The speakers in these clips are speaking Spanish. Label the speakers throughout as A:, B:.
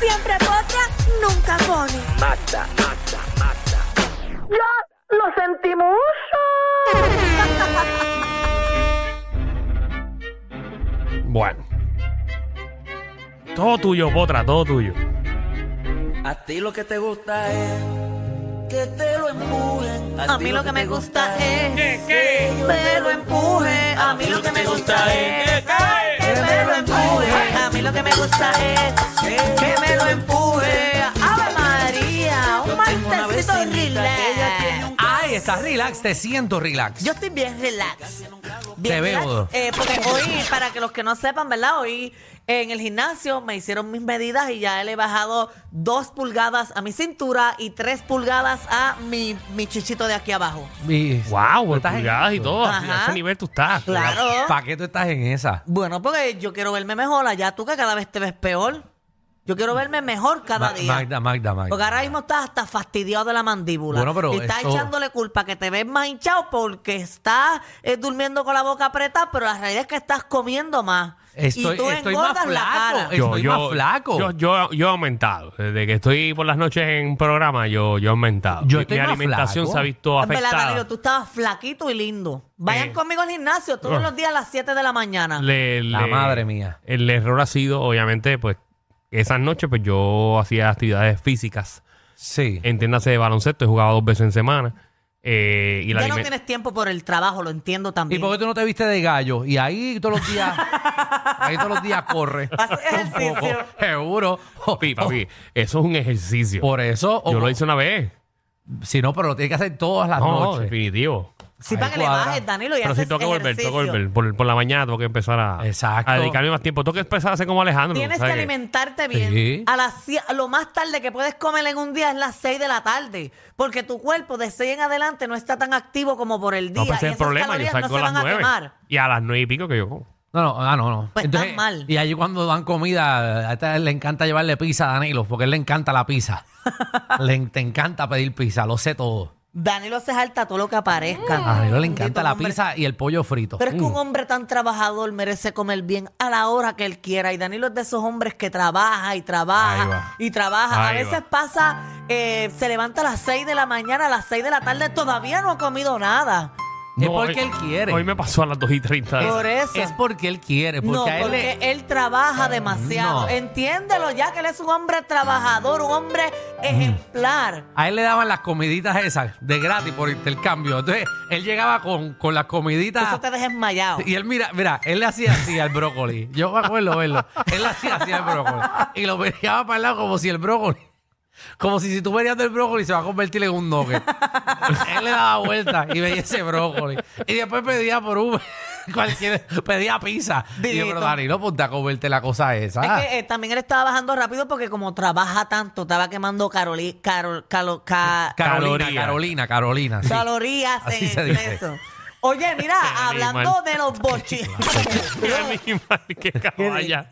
A: Siempre potra, nunca pone.
B: Mata, mata, mata.
A: ¡Ya lo sentimos!
C: Bueno. Todo tuyo, Potra, todo tuyo.
B: A ti lo que te gusta es que te lo empujen.
D: A mí lo que me gusta es
C: ¿Qué, qué?
D: que me lo empuje. A mí lo que me gusta es que me lo empuje. A mí lo que me gusta es que me lo empuje. Ave María, un martesito relax.
E: Ay, estás relax, te siento relax.
D: Yo estoy bien relax.
E: Te
D: Bien relax.
E: veo.
D: Eh, porque hoy, para que los que no sepan, ¿verdad? Hoy eh, en el gimnasio me hicieron mis medidas y ya le he bajado dos pulgadas a mi cintura y tres pulgadas a mi, mi chichito de aquí abajo.
E: Y-
C: Wow,
E: ¿Tú
C: por
E: estás en-
C: pulgadas y todo.
D: Ajá.
C: A ese nivel tú estás.
D: Claro.
E: ¿Para qué tú estás en esa?
D: Bueno, porque yo quiero verme mejor allá, tú que cada vez te ves peor. Yo quiero verme mejor cada
E: Ma-
D: día.
E: Magda, Magda, Magda.
D: Porque ahora mismo estás hasta fastidiado de la mandíbula.
E: Bueno, pero
D: y estás
E: eso-
D: echándole culpa que te ves más hinchado porque estás eh, durmiendo con la boca apretada, pero la realidad es que estás comiendo más.
E: Estoy,
D: y tú
E: estoy más
D: engordas la
E: flaco.
D: cara.
E: Estoy más flaco.
C: Yo, yo, yo he aumentado. Desde que estoy por las noches en programa, yo, yo he aumentado.
E: Yo
C: Mi-
E: estoy
C: Mi
E: más
C: alimentación
E: flaco.
C: se ha visto
D: En verdad, Danilo,
C: afectada.
D: tú estabas flaquito y lindo. Vayan
C: Eh.
D: conmigo al gimnasio todos
E: Oh.
C: Ah.
D: los días a las 7 de la mañana.
C: Le-
E: La
C: le-
E: madre mía.
C: El error ha sido, obviamente, pues esas noches pues yo hacía actividades físicas.
E: Sí.
C: Entiéndase de baloncesto, he jugado dos veces en semana. Eh, y la
D: ya no
C: alime-
D: tienes tiempo por el trabajo, lo entiendo
E: ¿Y
D: también.
E: por qué tú no te viste de gallo? Y ahí todos los días, ahí todos los días corre.
D: Haces
E: Un poco,
D: ejercicio.
E: Seguro.
C: Papi, papi, eso es un ejercicio.
E: Oh, Por eso, o-
C: Yo lo hice una vez.
E: si no, pero lo tienes que hacer todas las
C: No,
E: noches.
C: definitivo.
D: Sí,
E: Ay,
D: para que le
E: cuadra.
D: bajes, Danilo, y
C: Pero sí
D: haces
C: tengo que volver, tengo que
D: ejercicio.
C: volver. Por, por la mañana tengo que empezar a,
E: Exacto.
C: a dedicarme más tiempo. Tengo que empezar a hacer como Alejandro.
D: Tienes que
C: ¿sabes qué?
D: alimentarte bien.
E: Sí.
D: A las, sie- lo más tarde que puedes comer en un día es las 6 de la tarde, porque tu cuerpo de 6 en adelante no está tan activo como por el día.
C: No, pues ese
D: y
C: es el
D: esas
C: problema. Yo
D: calorías
C: salgo
D: no
C: a
D: se
C: las
D: van a
C: nueve.
D: quemar.
C: Y a las nueve y pico que yo como.
E: No, no, ah, no, no.
D: Pues estás mal.
E: Y allí cuando dan comida, a esta le encanta llevarle pizza a Danilo, porque a él le encanta la pizza. le en- te encanta pedir pizza, lo sé todo.
D: Danilo se jalta todo lo que aparezca.
E: A Danilo le encanta
D: Bendito
E: la
D: hombre.
E: pizza y el pollo frito. Mm.
D: Pero es que
C: Uh.
D: un hombre tan trabajador merece comer bien a la hora que él quiera. Y Danilo es de esos hombres que trabaja y
C: Ahí va.
D: trabaja y trabaja.
C: Ahí
D: a veces
C: va.
D: pasa, eh, se levanta a las 6 de la mañana, a las 6 de la tarde, todavía no ha comido nada.
E: es
C: No,
E: porque
C: hoy-
E: él quiere.
C: Hoy me pasó a las dos y treinta.
D: Por eso.
E: Es porque él quiere, porque
D: no,
E: a él
D: porque
E: le... Ah,
D: él trabaja demasiado.
E: No.
D: Entiéndelo ya que él es un hombre trabajador, un hombre ejemplar.
E: A él le daban las comiditas esas de gratis por intercambio. Entonces, él llegaba con, con las comiditas.
D: Eso te deja esmayado.
E: Mm. Y él, mira, mira, él le hacía así al brócoli. Yo me acuerdo verlo. Él le hacía así al brócoli. Y lo peleaba para el lado como si el brócoli. Como si si tú verías del brócoli se va a convertir en un nugget. él le daba vuelta y veía ese brócoli. Y después pedía por Uber. Cualquier, pedía pizza. Y yo,
D: Didito.
E: pero Dani, no ponte a comerte la cosa esa.
D: Es que eh, también él estaba bajando rápido porque como trabaja tanto, estaba quemando caroli- carol- calo- ca-
E: Carolina,
C: Caloría.
E: Carolina, Carolina. sí.
D: calorías
E: Así
D: en
E: se
D: el
E: dice.
D: peso. Oye, mira, hablando
C: animal.
D: de los bochitos.
C: Qué animal, qué caballa.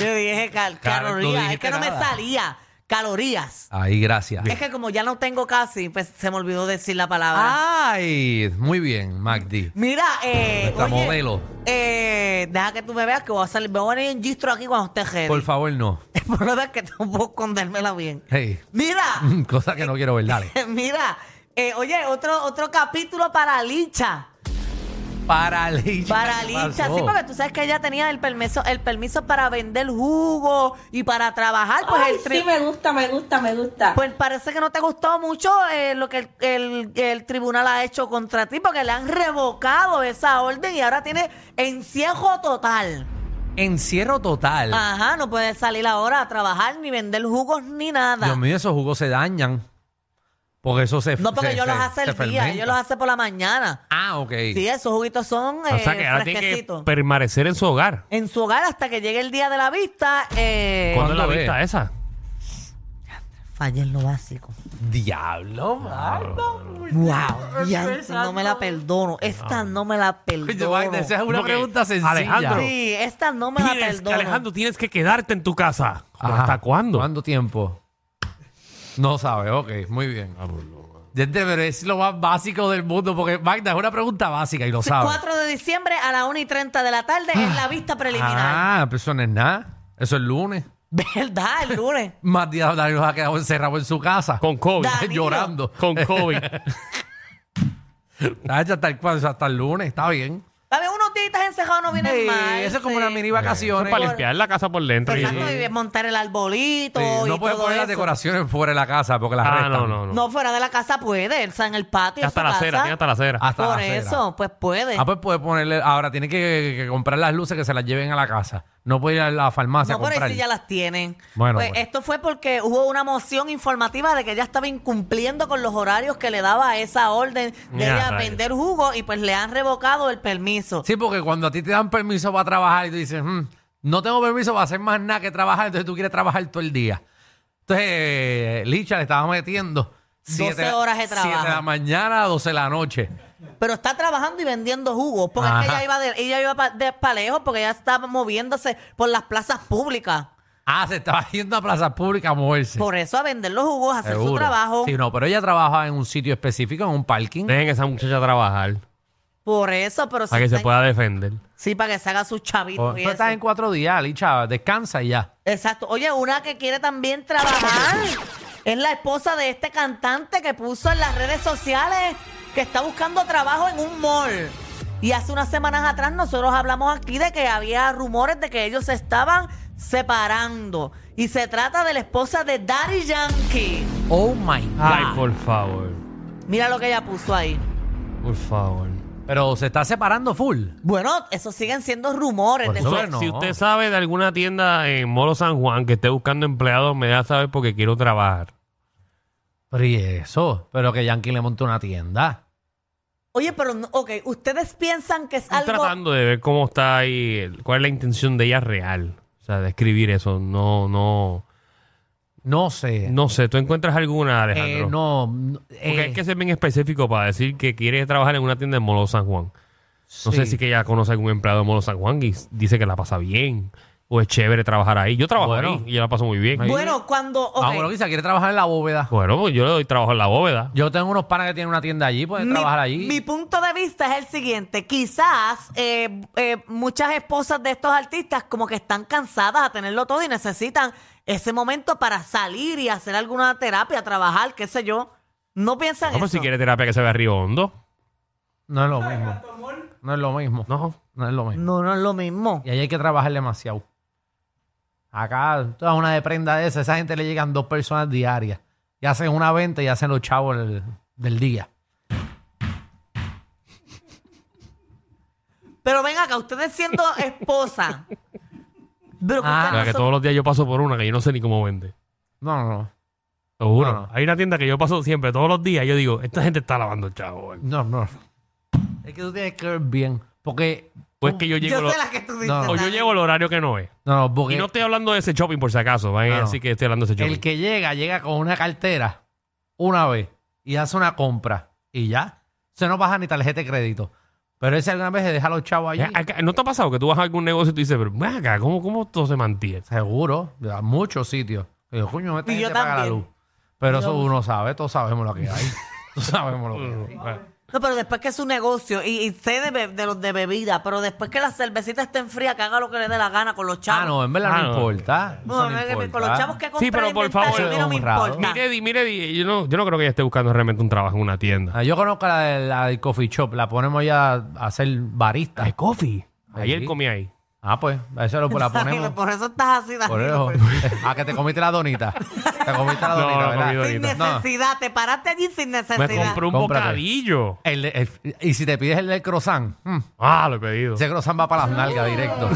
D: Yo dije cal-
E: Claro, tú
D: calorías, es
E: dijiste
D: que no me
E: nada.
D: salía. Calorías.
E: Ahí, gracias.
D: Es que como ya no tengo casi, pues se me olvidó decir la
E: Ah,
D: palabra.
E: Ay, muy bien, Magdi.
D: Mira, eh.
E: Nuestra
D: oye,
E: modelo.
D: Eh, deja que tú me veas que voy a salir. Me voy a poner en gistro aquí cuando esté ready.
E: Por favor, no.
D: El problema es que no puedo escondérmela bien.
E: Hey,
D: Mira,
E: cosa que no quiero ver, dale.
D: mira. eh, oye, otro, otro capítulo para Licha.
E: Para Licha.
D: Para
E: ¿qué
D: Licha,
E: pasó?
D: sí, porque tú sabes que ella tenía el permiso, el permiso para vender jugo y para trabajar. Pues,
F: Ay,
D: el tri-
F: sí, me gusta, me gusta, me gusta.
D: pues parece que no te gustó mucho eh, lo que el, el- el tribunal ha hecho contra ti, porque le han revocado esa orden y ahora tiene encierro total.
E: Encierro total.
D: Ajá, no puedes salir ahora a trabajar, ni vender jugos, ni nada.
E: Dios mío, esos jugos se dañan. Porque eso se.
D: no, porque
E: se-
D: yo los
E: se-
D: hace
E: se
D: el día,
E: fermenta.
D: yo los hace por la mañana.
E: Ah, ok.
D: Sí, esos juguitos son eh,
C: O sea que ahora tiene que
D: fresquecitos.
C: permanecer en su hogar.
D: En su hogar hasta que llegue el día de la vista,
F: Eh,
D: eh,
C: ¿Cuándo es la
E: ¿cuándo
C: vista
E: es?
C: esa?
D: Fallé en lo básico.
E: Diablo, mano.
D: Wow. Ya, no me la perdono. Esta no me la
E: Oye,
D: perdono.
E: Wagner, esa es una
C: Como que,
E: pregunta sencilla.
C: Alejandro,
D: Sí, esta no me la
C: Tienes que,
D: perdono.
C: Alejandro, tienes que quedarte en tu casa. ¿Pero
E: Ajá.
C: ¿Hasta cuándo?
E: ¿Cuánto tiempo? No sabe, ok, muy bien.
C: Ah, pues
E: Desde, pero es lo más básico del mundo, porque Magda es una pregunta básica y lo
D: Sí,
E: sabe.
D: 4 de diciembre a las 1 y 30 de la tarde en la vista preliminar.
E: Ah, pero eso no es nada. Eso es lunes.
D: ¿Verdad? El lunes.
E: Matías Danilo ha quedado encerrado en su casa.
C: Con COVID.
D: Da- Danilo.
E: llorando.
C: Con COVID.
E: Hasta el, cuándo? hasta el lunes, está bien.
D: A ver, unos días encerrados no vienen
E: Sí,
D: mal.
E: eso es como
D: sí.
E: una mini
C: Eso es
E: vacaciones.
C: para limpiar la casa por dentro. y-
D: Exacto, y montar el arbolito
E: Sí,
D: y
E: no puedes
D: todo
E: poner las
D: eso.
E: decoraciones fuera de la casa porque las
C: Ah,
E: restan.
C: no, no, no.
D: No, fuera de la casa puede, él está en el patio. en
C: hasta
D: su
C: la
D: casa.
C: acera, tiene hasta la acera.
E: Hasta
D: Por
E: la acera.
D: eso, pues puede.
E: Ah, pues puede ponerle. Ahora tiene que, que comprar las luces que se las lleven a la casa. No puede ir a la farmacia
D: no,
E: a
D: pero
E: comprar.
D: ahí sí ya las tienen.
E: Bueno,
D: Pues,
E: bueno.
D: Esto fue porque hubo una moción informativa de que ella estaba incumpliendo con los horarios que le daba a esa orden de
C: Ya,
D: ella
C: rayos.
D: vender jugo y pues le han revocado el permiso.
E: Sí, porque cuando a ti te dan permiso para trabajar y tú dices, "Mm, no tengo permiso para hacer más nada que trabajar, entonces tú quieres trabajar todo el día. Entonces, eh, Licha le estaba metiendo
D: 12 horas de trabajo.
E: 7 de la mañana a 12 de la noche.
D: Pero está trabajando y vendiendo jugos. Porque es que
E: Ajá.
D: ella iba, de, ella iba pa- de palejos porque ella estaba moviéndose por las plazas públicas.
E: Ah, se estaba yendo a plazas públicas a moverse.
D: Por eso a vender los jugos, a hacer su
E: Seguro.
D: trabajo.
E: Sí, no, pero ella trabaja en un sitio específico, en un parking.
C: Dejen a esa muchacha trabajar
D: Por eso, pero
C: para que
D: está
C: se
D: en-
C: pueda defender.
D: Sí, para que se haga sus chavitos.
E: Pero
D: y
E: estás
D: eso.
E: en cuatro días, Licha, descansa y ya.
D: Exacto. Oye, una que quiere también trabajar es la esposa de este cantante que puso en las redes sociales que está buscando trabajo en un mall. Y hace unas semanas atrás nosotros hablamos aquí de que había rumores de que ellos se estaban separando. Y se trata de la esposa de Daddy Yankee.
E: Oh my God.
C: Ay, por favor.
D: Mira lo que ella puso ahí.
C: Por favor.
E: Pero se está separando full.
D: Bueno, esos siguen siendo rumores.
E: Por
D: de-
E: eso- Bueno, no.
C: Si usted sabe de alguna tienda en Molo San Juan que esté buscando empleados, me da saber porque quiero trabajar.
E: Pero y eso, pero que Yankee le montó una tienda.
D: Oye, pero, no- ok, ustedes piensan que es
C: Estoy
D: algo...
C: tratando de ver cómo está ahí, el- cuál es la intención de ella real. O sea, de escribir eso. No, no.
E: No sé.
C: No sé, ¿tú encuentras alguna, Alejandro?
E: Eh, no, no,
C: Porque
E: eh,
C: hay que ser bien específico para decir que quiere trabajar en una tienda en Molo San Juan. No sé
E: sí.
C: si que ella conoce algún empleado de Molo San Juan y s- dice que la pasa bien. O es chévere trabajar ahí. Yo trabajo
E: Bueno.
C: ahí y yo la paso muy bien.
D: Bueno, cuando... ok.
E: Ah, bueno, quizá quiere trabajar en la bóveda.
C: Bueno, pues yo le doy trabajo en la bóveda.
E: Yo tengo unos panas que tienen una tienda allí, pueden
D: mi,
E: trabajar allí.
D: mi punto de vista es el siguiente. Quizás eh, eh, muchas esposas de estos artistas como que están cansadas a tenerlo todo y necesitan ese momento para salir y hacer alguna terapia, trabajar, qué sé yo. No piensan
C: No, pero
D: eso.
C: si quiere terapia que se vea río hondo.
E: No es lo mismo. No es lo mismo.
C: No.
E: No es lo mismo.
D: No, no es lo mismo.
E: Y ahí hay que trabajar demasiado. Acá, toda una de prenda de esa, esa gente le llegan dos personas diarias. Y hacen una venta y hacen los chavos del, del día.
D: Pero ven acá, ustedes siendo esposa. pero que
E: Ah.
D: ustedes
C: O sea,
D: no
C: que
D: son-
C: todos los días yo paso por una que yo no sé ni cómo vende.
E: No, no, no.
C: Seguro.
E: No, no.
C: Hay una tienda que yo paso siempre, todos los días. Yo digo, esta gente está lavando el chavo. hoy.
E: No, no. Es que tú tienes que ver bien. Porque.
C: Pues que yo llego.
D: Yo
C: lo-
D: sé la que tú dices.
E: No, no.
C: O yo
D: Dani.
C: llego al horario que no es.
E: No, no, porque.
C: Y no estoy hablando de ese shopping por si acaso. Van a
E: No, no.
C: decir que estoy hablando de ese shopping.
E: El que llega, llega con una cartera una vez y hace una compra y ya. Se no baja ni tarjeta de crédito. Pero ese alguna vez se deja a los chavos allí.
C: Eh, acá- ¿No te ha pasado que tú vas a algún negocio y tú dices, pero ven acá, ¿cómo, cómo todo se mantiene?
E: Seguro, a muchos sitios. Y yo, coño, esta
D: Y yo
E: gente paga la
D: también.
E: luz. Pero eso uno sabe, todos sabemos lo que hay. todos sabemos lo que hay.
D: No, pero después que es un negocio y, y sé de, be- de los de bebida, pero después que la cervecita estén fría, que haga lo que le dé la gana con los chavos.
E: Ah, no, en verdad
C: Ah,
E: no,
C: no.
E: importa. Eso
D: Bueno,
E: no
D: es que
E: importa.
D: con los chavos que compran
C: Sí, pero por
D: inventario,
C: favor,
D: a mí no me
E: honrado.
D: importa.
C: Mire, di, mire, di, yo no, yo no creo que ella esté buscando realmente un trabajo en una tienda.
E: Ah, Yo conozco la, de- la del coffee shop, la ponemos ya a hacer barista.
C: Ay, coffee. Ayer
E: Sí.
C: comí ahí.
E: Ah, pues, a eso lo, la ponemos.
D: Por eso estás así,
E: Por
D: Danilo.
E: eso. Ah, que te comiste la donita. Te comiste la
C: No,
E: donita,
C: no
E: ¿verdad?
C: comí
D: Sin
C: donita.
E: No.
D: necesidad, te paraste allí sin
C: Me
D: necesidad.
C: compré un
E: Cómprate.
C: bocadillo.
E: El- el- y si te pides el del croissant, mm,
C: Ah, lo he pedido.
E: ese croissant va para las nalgas directo.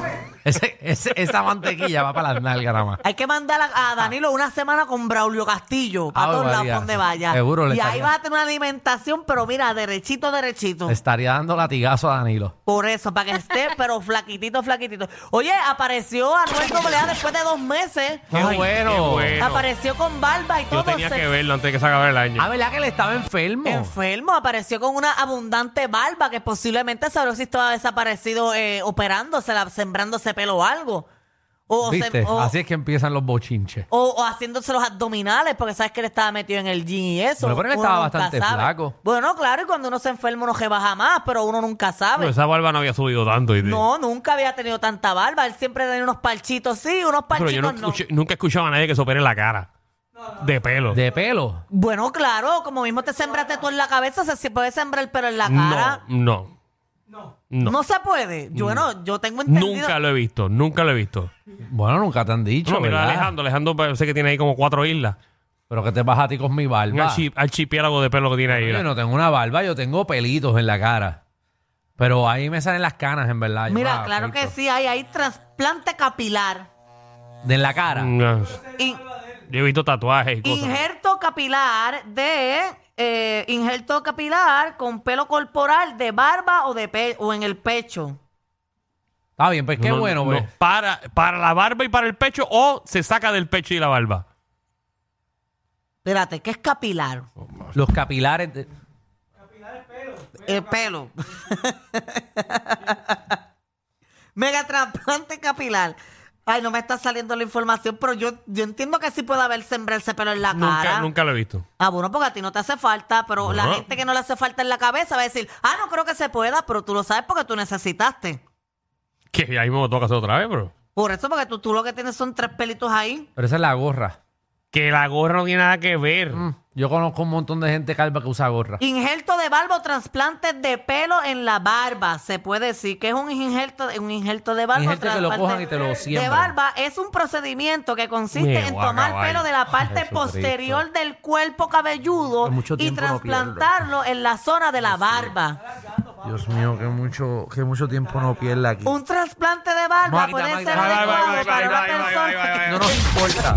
E: Ese- ese- esa mantequilla va para las nalgas nada más.
D: Hay que mandar a, a Danilo una semana con Braulio Castillo para
E: Ah. Ave
D: todos lados
E: María.
D: pa' donde vaya.
E: Seguro le
D: y ahí
E: estaría-
D: va a tener una alimentación, pero mira, derechito, derechito.
E: Le estaría dando latigazo a Danilo.
D: Por eso, para que esté, pero flaquitito, flaquitito. Oye, apareció Anuel Doblea después de dos meses.
E: ¡Qué bueno!
C: qué bueno.
D: Apareció con barba y todo.
C: Yo tenía
D: se-
C: que verlo antes de que se acabara el año.
E: Ah, ¿verdad que él estaba enfermo?
D: Enfermo, apareció con una abundante barba que posiblemente sabrá si estaba desaparecido eh, operándosela, sembrándose pelo o algo. O, se-
E: ¿Viste?
D: o-
E: Así es que empiezan los bochinches.
D: o- o haciéndose los abdominales, porque sabes que él estaba metido en el gym y eso.
E: Bueno, pero él
D: Uno
E: estaba
D: nunca
E: bastante flaco.
D: Bueno, claro, y cuando uno se enferma uno rebaja más, pero uno nunca sabe.
C: No, esa barba no había subido tanto. ¿viste?
D: No, nunca había tenido tanta barba. Él siempre tenía unos parchitos sí, unos
C: pero
D: parchitos
C: yo
D: no.
C: no escuché- nunca he escuchado a nadie que se opere la cara. De pelo.
E: De pelo.
D: Bueno, claro, como mismo te sembraste tú en la cabeza, se se puede sembrar el pelo en la
C: no,
D: cara.
C: no,
D: No,
C: no.
D: se puede.
E: Mm.
D: Yo, bueno, yo tengo entendido.
C: Nunca lo he visto, nunca lo he visto.
E: Bueno, nunca te han dicho,
C: No, mira a
E: ¿verdad?
C: Alejandro. Alejandro parece que tiene ahí como cuatro islas.
E: Pero que te pasa a ti con mi
C: Un
E: barba.
C: archi- archipiélago de pelo que tiene ahí.
E: Yo
C: mira.
E: no tengo una barba, yo tengo pelitos en la cara. Pero ahí me salen las canas, en verdad. Yo ah,
D: Mira,
E: las
D: claro que
E: afeito.
D: sí, hay, hay trasplante capilar,
E: De en la cara.
C: No.
D: in-
C: Yo he visto tatuajes y cosas.
D: injerto capilar de eh, injerto capilar con pelo corporal de barba o de pe- o en el pecho.
E: Está bien, pues qué
C: No,
E: bueno,
C: no,
E: pues.
C: Para, para la barba y para el pecho o se saca del pecho y la barba.
D: Espérate, ¿qué es capilar?
E: Los capilares. de-
D: El pelo. Mega trasplante capilar. Ay, no me está saliendo la información, pero yo, yo entiendo que sí puede haber sembrarse pelo en la cara.
C: Nunca, nunca lo he visto.
D: Ah, bueno, porque a ti no te hace falta, pero la
C: No.
D: gente que no le hace falta en la cabeza va a decir, ah, no creo que se pueda, pero tú lo sabes porque tú necesitaste.
C: Que ahí me toca hacer otra vez, bro.
D: Por eso, porque tú, tú lo que tienes son tres pelitos ahí.
E: Pero esa es la gorra.
C: Que la gorra no tiene nada que ver.
E: Mm, Yo conozco un montón de gente calva que usa gorra.
D: Injerto de barba o trasplante de pelo en la barba. Se puede decir que es un injerto, un injerto de barba. o
E: Injerto que lo
D: trasplante
E: cojan y te lo
D: De
E: siembran.
D: barba es un procedimiento que consiste
C: Me
D: en
C: voy a
D: tomar
C: acabar.
D: pelo de la parte posterior del cuerpo cabelludo
E: Por mucho
D: y
E: tiempo no pierdo.
D: trasplantarlo en la zona de la barba.
E: Dios mío, que mucho, que mucho tiempo no pierda aquí.
D: Un trasplante de barba
E: Magda,
D: puede
E: Magda,
D: ser
E: Magda,
D: adecuado
C: Magda,
D: para
C: Magda,
D: una
C: Magda,
D: persona.
C: Magda, Magda,
E: No nos importa.